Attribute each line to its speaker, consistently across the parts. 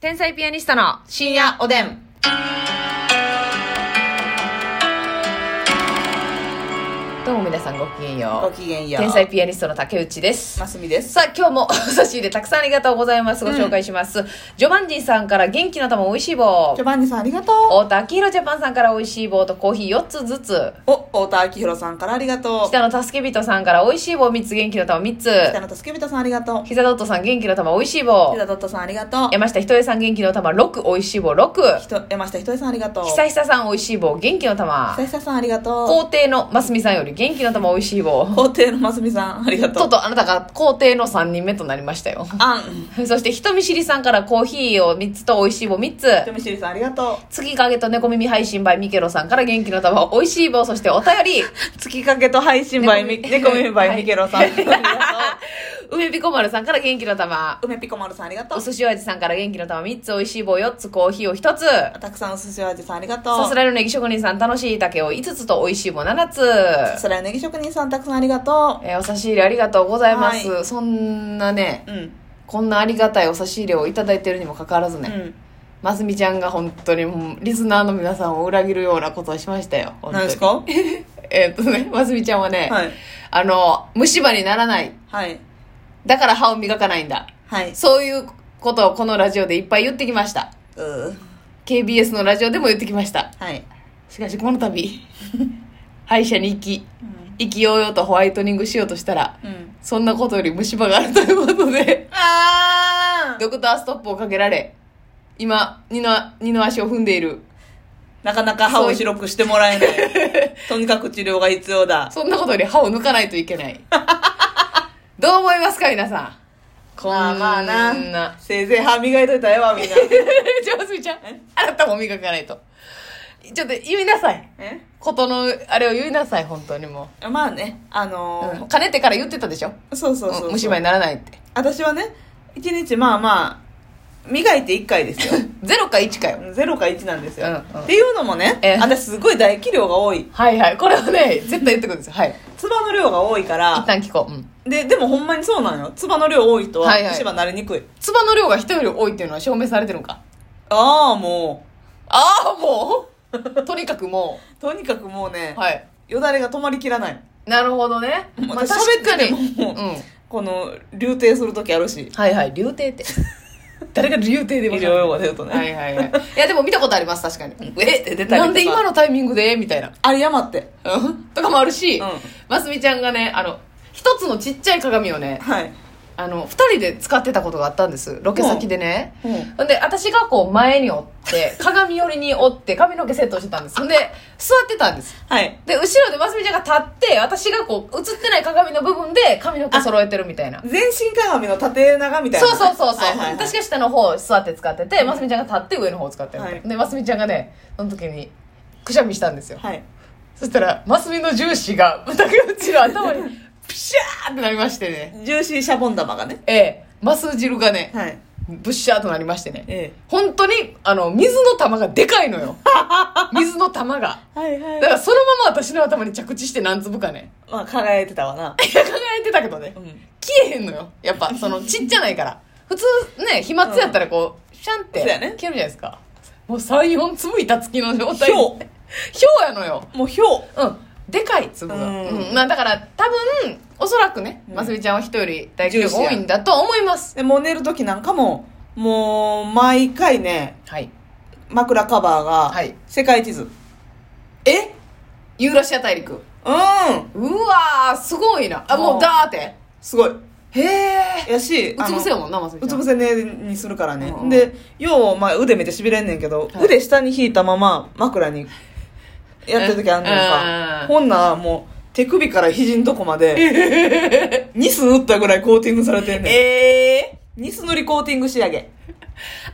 Speaker 1: 天才ピアニストの
Speaker 2: 深夜おでん。
Speaker 1: どうも皆さんごきげんよ
Speaker 2: ごきげん
Speaker 1: う
Speaker 2: よう。
Speaker 1: 天才ピアニストの竹内です
Speaker 2: ますみです。
Speaker 1: さあ今日も 差し入れたくさんありがとうございますご紹介します、ジョバンジンさんから元気の玉美味しい棒
Speaker 2: ジョバンニさんありがと
Speaker 1: 太田明宏ジャパンさんから美味しい棒とコーヒー4つずつ
Speaker 2: う。お、太田明宏さんからありがとう。
Speaker 1: 北野助人さんから美味しい棒3つ元気の玉3つ
Speaker 2: 北野助人さんありがとう。
Speaker 1: 膝ドットさん元気の玉美味しい棒
Speaker 2: 平田ドットさんありがとう。
Speaker 1: 山下ひとえさん元気の玉6美味しい棒6
Speaker 2: ひと山下ひとえさんありがとう。
Speaker 1: 久久さん美味しい棒元気の玉
Speaker 2: 久々さんありがと
Speaker 1: 皇帝のますみさんより元気の玉美味しい棒
Speaker 2: う。皇帝のますみさんあり
Speaker 1: ち
Speaker 2: が
Speaker 1: ょ
Speaker 2: と
Speaker 1: っ
Speaker 2: う。
Speaker 1: とあなたが皇帝の3人目となりましたよ。
Speaker 2: あん。
Speaker 1: そして人見知りさんからコーヒーを3つと美味しい棒3つ。
Speaker 2: 人見知りさんありがと
Speaker 1: 月影と猫耳配信 by ミケロさんから元気の玉美味しい棒、そしてお便 り。
Speaker 2: う。月影と配信バイみ、
Speaker 1: 猫
Speaker 2: 猫
Speaker 1: 耳
Speaker 2: 耳バイミケロさん。ありがと
Speaker 1: 梅ピコ丸さんから元気の玉。
Speaker 2: う。梅ピコマルさんありがと
Speaker 1: お
Speaker 2: う。
Speaker 1: 寿司お味さんから元気の玉3つ、美味しい棒4つ、コーヒーを1つ。
Speaker 2: たくさんお寿司お味さんありがとう。
Speaker 1: さすらいのネギ職人さん楽しい竹を5つと美味しい棒7つ。
Speaker 2: さすらいネギ職人さんたくさんありがと
Speaker 1: えーお差し入れありがとうございます。
Speaker 2: は
Speaker 1: そんなね、
Speaker 2: う。うん。
Speaker 1: こんなありがたいお差し入れをいただいてるにもかかわらずね、
Speaker 2: う
Speaker 1: ますみちゃんが本当にもうリスナーの皆さんを裏切るようなことをしましたよ。
Speaker 2: ん。
Speaker 1: 本当
Speaker 2: 何
Speaker 1: に
Speaker 2: ですか
Speaker 1: えーっとね、ますみちゃんはね、
Speaker 2: はい。
Speaker 1: あの、虫歯にならない。
Speaker 2: はい。
Speaker 1: だから歯を磨かないんだ。
Speaker 2: はい。
Speaker 1: そういうことをこのラジオでいっぱい言ってきました。
Speaker 2: うー
Speaker 1: KBS のラジオでも言ってきました。
Speaker 2: はい。
Speaker 1: しかしこの度、 歯医者に行き、
Speaker 2: うん。
Speaker 1: 意気揚々とホワイトニングしようとしたら、
Speaker 2: うん。
Speaker 1: そんなことより虫歯があるということで、
Speaker 2: あ
Speaker 1: ドクターストップをかけられ、今、二の、二の足を踏んでいる。
Speaker 2: なかなか歯を白くしてもらえない。 とにかく治療が必要だ。
Speaker 1: そんなことより歯を抜かないといけ ない。どう思いますか、皆さん。こん
Speaker 2: まあまあな。
Speaker 1: な。
Speaker 2: せいぜい歯磨いといたらええわ、みんな。
Speaker 1: じゃあ、ますみちゃん
Speaker 2: え、
Speaker 1: あなたも磨かないと。ちょっと言いなさい。
Speaker 2: え
Speaker 1: ことの、あれを言いなさい、本当にも
Speaker 2: まあね、あ
Speaker 1: う。
Speaker 2: のー
Speaker 1: うん、かねてから言ってたでしょ
Speaker 2: そうそうそうう。
Speaker 1: ん虫歯にならないって。
Speaker 2: 私はね、一日まあまあ、磨いて1回 ですよ。
Speaker 1: 0か1かよ。
Speaker 2: 0か1なんですよ。
Speaker 1: うんうん
Speaker 2: っていうのもね
Speaker 1: ええ、
Speaker 2: 私すごい唾液量が多い。
Speaker 1: はいはい。これをね、絶対言ってくるんですよ。はい。
Speaker 2: 唾の量が多いか
Speaker 1: 一
Speaker 2: ら、
Speaker 1: 旦聞こう。うん。
Speaker 2: で、でもほんまにそうなのよ。唾の量多い人は
Speaker 1: はいはい
Speaker 2: 虫歯になりにくい。
Speaker 1: 唾の量が人より多いっていうのは証明されてるんか。
Speaker 2: ああ、も
Speaker 1: ああ、もう とにかくも
Speaker 2: う、とにかくもうね
Speaker 1: う。、はい。
Speaker 2: よだれが止まりきらない。
Speaker 1: なるほどね。
Speaker 2: もう喋ってても
Speaker 1: うん。
Speaker 2: この、流停するときあるし。
Speaker 1: はいはい、竜亭って。 誰が竜亭で
Speaker 2: 医
Speaker 1: わかる
Speaker 2: 療用語で言うとね。
Speaker 1: はいはいはい。いや、でも見たことあります、確かに。
Speaker 2: えって出たりとか
Speaker 1: なんで今のタイミングでみたいな。
Speaker 2: あれ山って。
Speaker 1: うんとかもあるし、
Speaker 2: うん
Speaker 1: ますみちゃんがね、あの、一つのちっちゃい鏡をね、
Speaker 2: はい。
Speaker 1: あの、二人で使ってたことがあったんです。ロケ先でね。
Speaker 2: うんうん
Speaker 1: ほんで、私がこう前におって、 鏡寄りにおって、髪の毛セットしてたんです。ほんで、座ってたんです。
Speaker 2: はい。
Speaker 1: で、後ろでますみちゃんが立って、私がこう、映ってない鏡の部分で髪の毛揃えてるみたいな。
Speaker 2: 全身鏡の縦長みたいな。
Speaker 1: そうそうそうそう、
Speaker 2: はいはいはい
Speaker 1: 私が下の方座って使っててますみちゃんが立って上の方を使ってるみたいな、
Speaker 2: はい
Speaker 1: でますみちゃんがねその時にくしゃみしたんですよ、
Speaker 2: はい。
Speaker 1: そしたらますみの重視が竹内の頭 にプシャーってなりましてね
Speaker 2: ジューシーシャボン玉がね。
Speaker 1: ええます汁がね
Speaker 2: はい。
Speaker 1: ブッシャーとなりましてね、
Speaker 2: ええ
Speaker 1: 本当にあの水の玉がでかいの よ水の玉が
Speaker 2: はいは
Speaker 1: だからそのまま私の頭に着地して何粒か ね
Speaker 2: まあ、輝いてたわな。
Speaker 1: いや輝いてたけどね、
Speaker 2: うん
Speaker 1: 消えへんのよやっぱそのちっちゃないから普通ね飛沫やったらこう、シャンって
Speaker 2: そ
Speaker 1: 消
Speaker 2: うや
Speaker 1: える
Speaker 2: ね
Speaker 1: じゃないですかもう34粒いたつきの状態
Speaker 2: ひ
Speaker 1: ひ
Speaker 2: ょう
Speaker 1: ょうやのよ
Speaker 2: もう、ひょう。
Speaker 1: うんでかい粒が、う
Speaker 2: うんん
Speaker 1: まあ、だから多分おそらくね
Speaker 2: うん
Speaker 1: ますみちゃんは人より唾液量が多いんだとは思います
Speaker 2: で、もう寝るときなんかも、もう、毎回ね、
Speaker 1: はい
Speaker 2: 枕カバーが、
Speaker 1: はい
Speaker 2: 世界地図。うん。
Speaker 1: えユーラシア大陸うわーすごいなあも
Speaker 2: も
Speaker 1: う
Speaker 2: う
Speaker 1: ダーって
Speaker 2: すごい。
Speaker 1: へえ
Speaker 2: やし、
Speaker 1: うつ伏せやもんなます
Speaker 2: あ
Speaker 1: み
Speaker 2: のう
Speaker 1: ち
Speaker 2: つ
Speaker 1: ゃん
Speaker 2: 伏せ寝にするからね
Speaker 1: うんうん。
Speaker 2: で、よう、まあ、腕めっちゃ痺れんねんけど、
Speaker 1: はい
Speaker 2: 腕下に引いたまま枕にやってる時あんねん
Speaker 1: う
Speaker 2: か
Speaker 1: ん。
Speaker 2: ほんならもう、手首から肘のとこまで、 ニス塗ったぐらいコーティングされてんねん。
Speaker 1: ええ
Speaker 2: ニス塗りコーティング仕上げ。
Speaker 1: ー、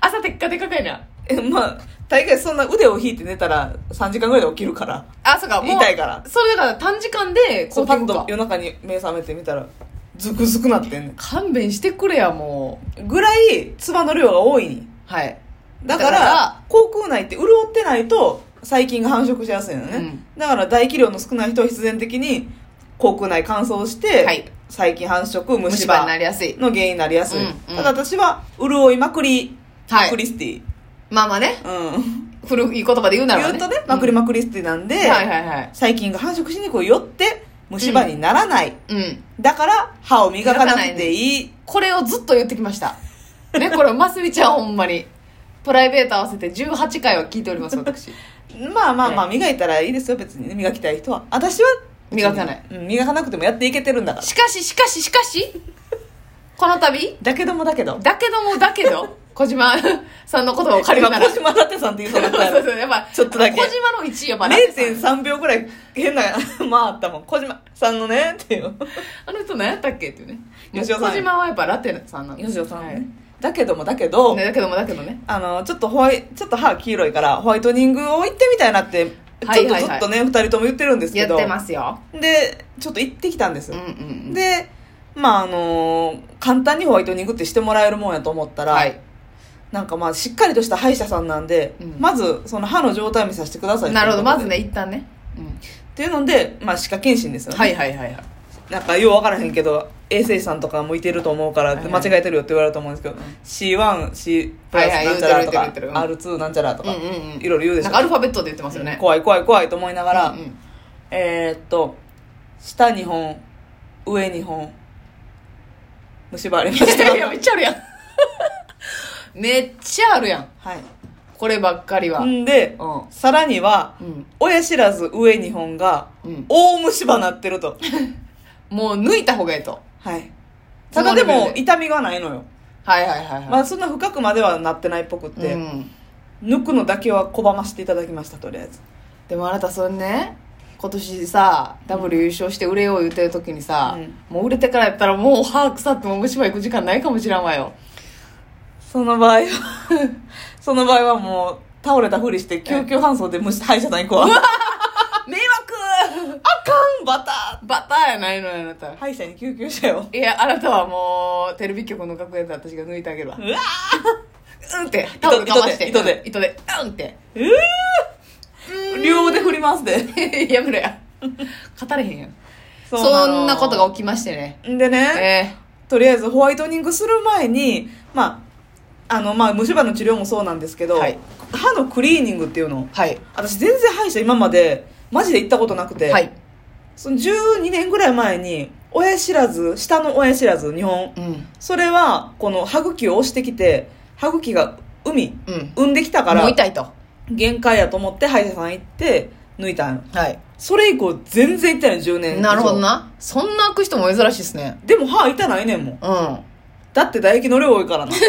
Speaker 1: 朝テッカテカかいな
Speaker 2: えまあ、大概そんな腕を引いて寝たら3時間ぐらいで起きるから。
Speaker 1: あ、そうか、もう
Speaker 2: 痛いから
Speaker 1: それだから短時間で、
Speaker 2: こ
Speaker 1: こ
Speaker 2: う
Speaker 1: う、
Speaker 2: パ
Speaker 1: パ
Speaker 2: ッ
Speaker 1: ッ
Speaker 2: と
Speaker 1: と。
Speaker 2: 夜中に目覚めてみたら、ズクズクなってんね
Speaker 1: 勘弁してくれや、もう。
Speaker 2: ん。ぐらい、唾の量が多いに。
Speaker 1: はい。
Speaker 2: だから
Speaker 1: だから
Speaker 2: 口腔内って潤ってないと細菌が繁殖しやすいのね、
Speaker 1: うん
Speaker 2: だから唾液量の少ない人は必然的に口腔内乾燥して、
Speaker 1: はい
Speaker 2: 細菌繁殖
Speaker 1: 虫
Speaker 2: 虫
Speaker 1: 歯にな
Speaker 2: 歯
Speaker 1: りやすい。
Speaker 2: の原因になりやすい、
Speaker 1: うんうん
Speaker 2: ただ私は潤いまくり
Speaker 1: はい
Speaker 2: クリスティ。
Speaker 1: まあまあね
Speaker 2: うん。
Speaker 1: 古い言葉で言うなら
Speaker 2: 言
Speaker 1: ば
Speaker 2: う
Speaker 1: ね
Speaker 2: とね、マクリマクリスティなんで、
Speaker 1: うんはいはいはい
Speaker 2: 細菌が繁殖しにくいよって、虫歯にならない。
Speaker 1: うん
Speaker 2: だから、歯を磨かなくていい。
Speaker 1: これをずっと言ってきました ねこれますみちゃんほんまにプライベート合わせて18回は聞いております私
Speaker 2: まあまあまあ、磨いたらいいですよ、別にね。磨きたい人は。私は、
Speaker 1: 磨かない。
Speaker 2: うん、磨かなくてもやっていけてるんだから。
Speaker 1: しかししかししかしこの度
Speaker 2: だけどもだけど。
Speaker 1: だけどもだけど小島 さんの言葉を借り
Speaker 2: 今、
Speaker 1: るなら
Speaker 2: 小島ラテさんって言うそうだっ
Speaker 1: そう
Speaker 2: た
Speaker 1: そうそうやっぱ
Speaker 2: ちょっとだけ
Speaker 1: 小島の1位やっぱラテさん
Speaker 2: 0.3秒ぐらい変な まああったもん小島さんのねっていう
Speaker 1: あの人何やったっけっていうね
Speaker 2: 吉尾さん
Speaker 1: 小島はやっぱラテさんなんです
Speaker 2: ね、
Speaker 1: はい
Speaker 2: だけどもだけど、
Speaker 1: ねだけどもだけどね
Speaker 2: あのちょっとホワイちょっと歯黄色いからホワイトニングを行ってみたいなって、
Speaker 1: はいはいはい
Speaker 2: ちょっとずっとね2人とも言ってるんですけ
Speaker 1: や
Speaker 2: ど
Speaker 1: ってますよ
Speaker 2: でちょっと行ってきたんです
Speaker 1: うんう
Speaker 2: よ、
Speaker 1: んうん
Speaker 2: でまああのー簡単にホワイトニングってしてもらえるもんやと思ったら、
Speaker 1: はい
Speaker 2: なんかまあしっかりとした歯医者さんなんで、
Speaker 1: うん
Speaker 2: まずその歯の状態見させてください
Speaker 1: なるほどまず
Speaker 2: ね
Speaker 1: ね一旦ねうん
Speaker 2: っていうので、まあ、歯科検診ですよね、
Speaker 1: はいはいはいはい
Speaker 2: なんかよう分からへんけど衛生士さんとか向いてると思うから
Speaker 1: はい
Speaker 2: 間
Speaker 1: はい
Speaker 2: 違えてるよって言われると思うんですけど、C1C プ
Speaker 1: はい
Speaker 2: ラ
Speaker 1: はい
Speaker 2: スなんちゃらと
Speaker 1: 言
Speaker 2: か
Speaker 1: うてる言うてる言うてるうん
Speaker 2: R2 なんちゃらと
Speaker 1: うんう
Speaker 2: か
Speaker 1: んうん
Speaker 2: いろいろ言うでし
Speaker 1: なん
Speaker 2: ょ
Speaker 1: かアルファベットで言ってますよね
Speaker 2: 怖い怖い怖いと思いながら、
Speaker 1: うんうん
Speaker 2: えーっと下2本上2本虫歯ありまし
Speaker 1: い やいや
Speaker 2: た
Speaker 1: めっちゃあるやんめっちゃあるやん
Speaker 2: はい
Speaker 1: こればっかりはうん
Speaker 2: んでさらには
Speaker 1: うん
Speaker 2: 親知らず上2本が
Speaker 1: うん
Speaker 2: 大虫歯なってる と
Speaker 1: もう抜いた方がいいと
Speaker 2: はいただで
Speaker 1: つまん
Speaker 2: も
Speaker 1: でる
Speaker 2: 痛みがないのよ、
Speaker 1: はいはいはい
Speaker 2: ま
Speaker 1: は
Speaker 2: あ、そんな深くまではなってないっぽくっ
Speaker 1: い
Speaker 2: て、
Speaker 1: うん
Speaker 2: 抜くのだけは拒ませていただきましたとりあえず
Speaker 1: でもあなたそれね今年さ W 優勝して売れよう言ってる時にさ、
Speaker 2: うん
Speaker 1: もう売れてからやったらもう歯腐っても虫歯行く時間ないかもしらんわよ
Speaker 2: その場合は その場合はもう倒れたふりして救急搬送で虫歯医者さん行くわあ
Speaker 1: 迷惑
Speaker 2: かんバタ
Speaker 1: バターやないのよあなた
Speaker 2: ー歯医者に救急車よ
Speaker 1: いやあなたはもうテレビ局の楽屋で私が抜いてあげるわ
Speaker 2: うわ
Speaker 1: うんってタオルかまして
Speaker 2: 糸で
Speaker 1: 糸でうんって
Speaker 2: ー両腕振りますで
Speaker 1: やめろや語れへんやんそんなことが起きましてね
Speaker 2: がでね、
Speaker 1: え
Speaker 2: とりあえずホワイトニングする前にまああのまあ虫歯の治療もそうなんですけど、
Speaker 1: はい
Speaker 2: 歯のクリーニングっていうの
Speaker 1: ーはい
Speaker 2: 私全然歯医者今までマジで行ったことなくて、
Speaker 1: はい
Speaker 2: その12年ぐらい前に親知らず下の親知らず日本
Speaker 1: うん
Speaker 2: それはこの歯茎を押してきて歯茎が海
Speaker 1: うん
Speaker 2: 産んできたか
Speaker 1: もう
Speaker 2: ら
Speaker 1: 痛いと
Speaker 2: 限界やと思って歯医者さん行って抜いたんよ
Speaker 1: はい
Speaker 2: それ以降全然痛いの10年以上
Speaker 1: なるほどなそんな開く人も珍しいですね
Speaker 2: でも歯痛ないねんもん
Speaker 1: うんお
Speaker 2: だって唾液の量多いからな
Speaker 1: ーい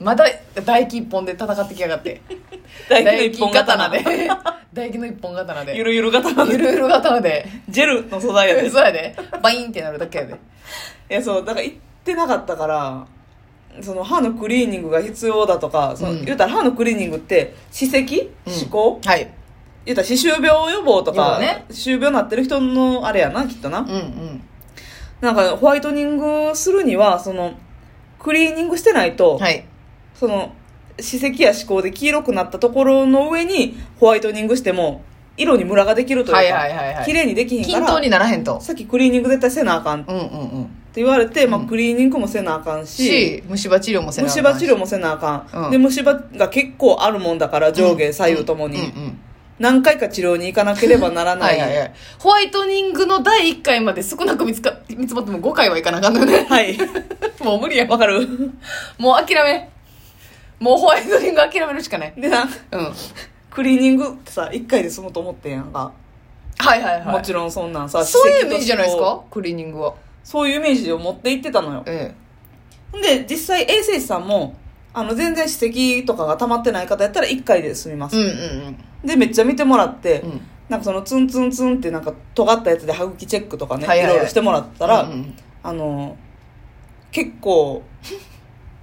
Speaker 1: まだ唾液一本で戦ってきやがって
Speaker 2: 唾液の一本刀で
Speaker 1: で唾液の一本刀で
Speaker 2: ゆるゆる刀
Speaker 1: ゆ
Speaker 2: で
Speaker 1: るゆる刀で
Speaker 2: ジェルの素材やでい
Speaker 1: そうやでバインってなるだけやで
Speaker 2: やそうだから行ってなかったからその歯のクリーニングが必要だとかその、
Speaker 1: うん
Speaker 2: 言うたら歯のクリーニングって歯石
Speaker 1: うん
Speaker 2: 歯垢、
Speaker 1: はい
Speaker 2: 言うたら歯周病予防と
Speaker 1: 予
Speaker 2: か、
Speaker 1: 防ね
Speaker 2: 歯周病になってる人のあれやなきっとな、
Speaker 1: うんうん
Speaker 2: なんかホワイトニングするにはそのクリーニングしてないと、
Speaker 1: はい
Speaker 2: その歯石や歯垢で黄色くなったところの上にホワイトニングしても色にムラができるというか、
Speaker 1: はいはいはいはい
Speaker 2: 綺麗にできひんか
Speaker 1: 均等
Speaker 2: ら
Speaker 1: にならへんと
Speaker 2: さっきクリーニング絶対せなあかんって
Speaker 1: うんうんうん
Speaker 2: 言われて、まあ、
Speaker 1: うん
Speaker 2: クリーニングもせなあかんし
Speaker 1: し虫歯治療もせなあか
Speaker 2: 虫
Speaker 1: んし
Speaker 2: 歯治療もせなあかん、
Speaker 1: うん
Speaker 2: で虫歯が結構あるもんだから上下左右ともに、
Speaker 1: うんうん
Speaker 2: 何回か治療に行かなければならな
Speaker 1: はいいはいはいホワイトニングの第1回まで少なく見つか見積もっても5回はいかなあかんのよね
Speaker 2: はい
Speaker 1: もう無理や
Speaker 2: わかる
Speaker 1: もう諦めもうホワイトニング諦めるしかない
Speaker 2: でな
Speaker 1: うんはい
Speaker 2: クリーニングってさ1回で済むと思ってんやんか
Speaker 1: はいはい
Speaker 2: もちろんそんなんさ
Speaker 1: そういうイ
Speaker 2: 歯石と
Speaker 1: メージじゃないですかクリーニングは
Speaker 2: そういうイメージを持って行ってたのよ
Speaker 1: え
Speaker 2: で実際衛生士さんもあの全然歯石とかが溜まってない方やったら1回で済みま
Speaker 1: え
Speaker 2: す、
Speaker 1: うんうん
Speaker 2: でめっちゃ見てもらって、
Speaker 1: うん
Speaker 2: なんかそのツンツンツンってなんか尖ったやつで歯茎チェックとかね、
Speaker 1: はい
Speaker 2: い
Speaker 1: はいはい
Speaker 2: ろいろしてもらったら、
Speaker 1: うんうん
Speaker 2: あの結構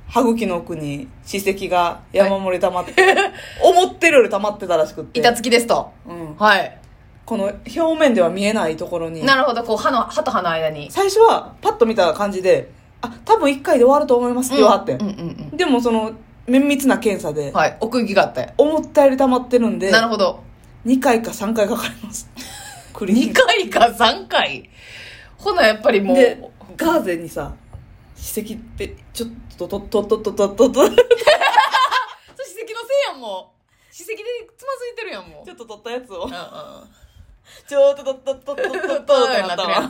Speaker 2: 歯茎の奥に歯石が山盛り溜まって、 思ってるより溜まってたらしくって
Speaker 1: 板付きですと
Speaker 2: うん、
Speaker 1: はい
Speaker 2: この表面では見えないところに
Speaker 1: なるほどこう歯の歯と歯の間に
Speaker 2: 最初はパッと見た感じで「あ多分1回で終わると思います」って言わはってん、
Speaker 1: うんうんうん
Speaker 2: でもその綿密な検査で、
Speaker 1: うんはい奥行きがあって
Speaker 2: 思ったより溜まってるんで
Speaker 1: なるほど
Speaker 2: 2回か3回かかります クリーニン
Speaker 1: 2
Speaker 2: グ
Speaker 1: 回か3回ほなやっぱりもう
Speaker 2: でガーゼにさ歯石ってちょっとととととととと
Speaker 1: 史跡でつまずいてるやんもう
Speaker 2: ちょっと取ったやつを
Speaker 1: う。んうん
Speaker 2: ちょっと取った、取った、取った、取った
Speaker 1: そう
Speaker 2: って
Speaker 1: な
Speaker 2: な
Speaker 1: っ
Speaker 2: ってた
Speaker 1: るやん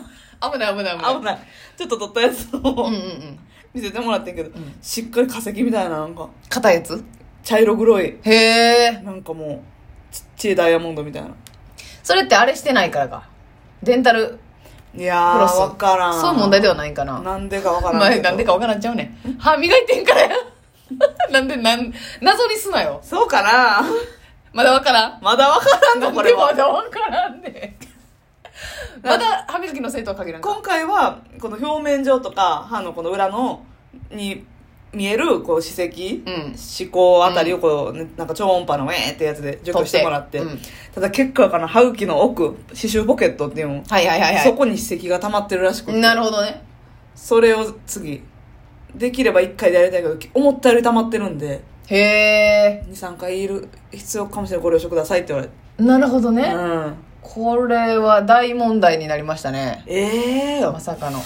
Speaker 2: わ。
Speaker 1: 危ない危ない危ない
Speaker 2: 危ない。ちょっと取ったやつ
Speaker 1: うん
Speaker 2: を
Speaker 1: うんうん
Speaker 2: 見せてもらってんけど
Speaker 1: ん、
Speaker 2: しっかり化石みたいな、なんか、
Speaker 1: 硬いやつ
Speaker 2: 茶色黒い、
Speaker 1: へえ
Speaker 2: なんかもう、ちっちゃいダイヤモンドみたいな。
Speaker 1: それってあれしてないからかデンタル
Speaker 2: いや
Speaker 1: フロス
Speaker 2: ー、わからん。
Speaker 1: そういう問題ではないんかな
Speaker 2: なんでかわか
Speaker 1: ま
Speaker 2: らん
Speaker 1: あ
Speaker 2: けど。
Speaker 1: なんでかわからんちゃうねん歯磨いてんからや なんでなん謎にすなよ
Speaker 2: そうかな
Speaker 1: まだわからん
Speaker 2: まだわからん
Speaker 1: な
Speaker 2: の
Speaker 1: ん
Speaker 2: こ
Speaker 1: で
Speaker 2: れ
Speaker 1: ま
Speaker 2: は。
Speaker 1: だ分からんね まだ歯磨きの生徒は限らんか
Speaker 2: 今回は、この表面上とか、歯のこの裏の、に、見える、こう、歯石
Speaker 1: うん
Speaker 2: 思考あたりをこう、ねなんか超音波のウェーってやつで除去してもらって
Speaker 1: 取ってうん
Speaker 2: ただ結構やから歯茎の奥歯周ポケットっていうの、
Speaker 1: はいはいはい
Speaker 2: そ
Speaker 1: は
Speaker 2: こに歯石が溜まってるらしく
Speaker 1: い
Speaker 2: て
Speaker 1: なるほどね
Speaker 2: それを次できれば1回でやりたいけど思ったより溜まってるんで
Speaker 1: へえ
Speaker 2: 23回いる必要かもしれないご了承くださいって言わ
Speaker 1: なるほど
Speaker 2: れて、
Speaker 1: ね、
Speaker 2: うん、
Speaker 1: これは大問題になりましたね
Speaker 2: ええよ
Speaker 1: まさかの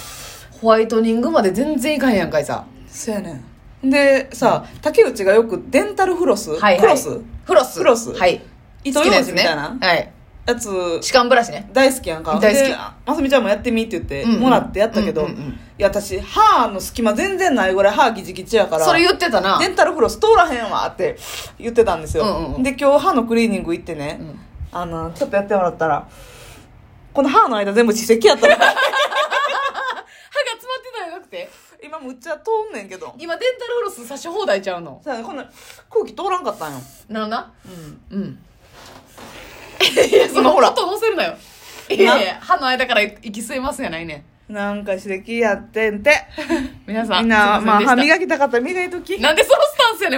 Speaker 1: ホワイトニングまで全然いかへんやんかいさ
Speaker 2: そうやねんでさ竹内がよくデンタルフロス、
Speaker 1: はいはい
Speaker 2: クロス
Speaker 1: フロス
Speaker 2: フロス
Speaker 1: はい
Speaker 2: 糸ようじみたいな、
Speaker 1: はい
Speaker 2: やつ
Speaker 1: 歯間ブラシね
Speaker 2: 大好きやんか
Speaker 1: 大好き
Speaker 2: でますみちゃんもやってみって言って、
Speaker 1: うんうん
Speaker 2: もらってやったけど、
Speaker 1: うんうんうん
Speaker 2: いや私歯の隙間全然ないぐらい歯ギチギチやから
Speaker 1: それ言ってたな
Speaker 2: デンタルフロス通らへんわって言ってたんです
Speaker 1: う
Speaker 2: よ、
Speaker 1: んうんうん
Speaker 2: で今日歯のクリーニング行ってね、
Speaker 1: うん
Speaker 2: あのちょっとやってもらったらこの歯の間全部歯石やった の
Speaker 1: 歯が詰まってたんじゃなくて
Speaker 2: 今むっちゃ通んねんけど
Speaker 1: 今デンタルフロス差し放題ちゃうの
Speaker 2: さあこの空気通らんかったんよ、
Speaker 1: なるな
Speaker 2: うん、
Speaker 1: うん。いや、その
Speaker 2: ほら
Speaker 1: 音乗せるなよ。いやいや、歯の間から息吸えますやないね
Speaker 2: なんか歯石やってんて
Speaker 1: ん。皆さん。
Speaker 2: みんな、
Speaker 1: すいま
Speaker 2: まあ、
Speaker 1: せ
Speaker 2: 歯
Speaker 1: んでした
Speaker 2: 磨きたかったら磨いとき
Speaker 1: なんでそのスタンスやねん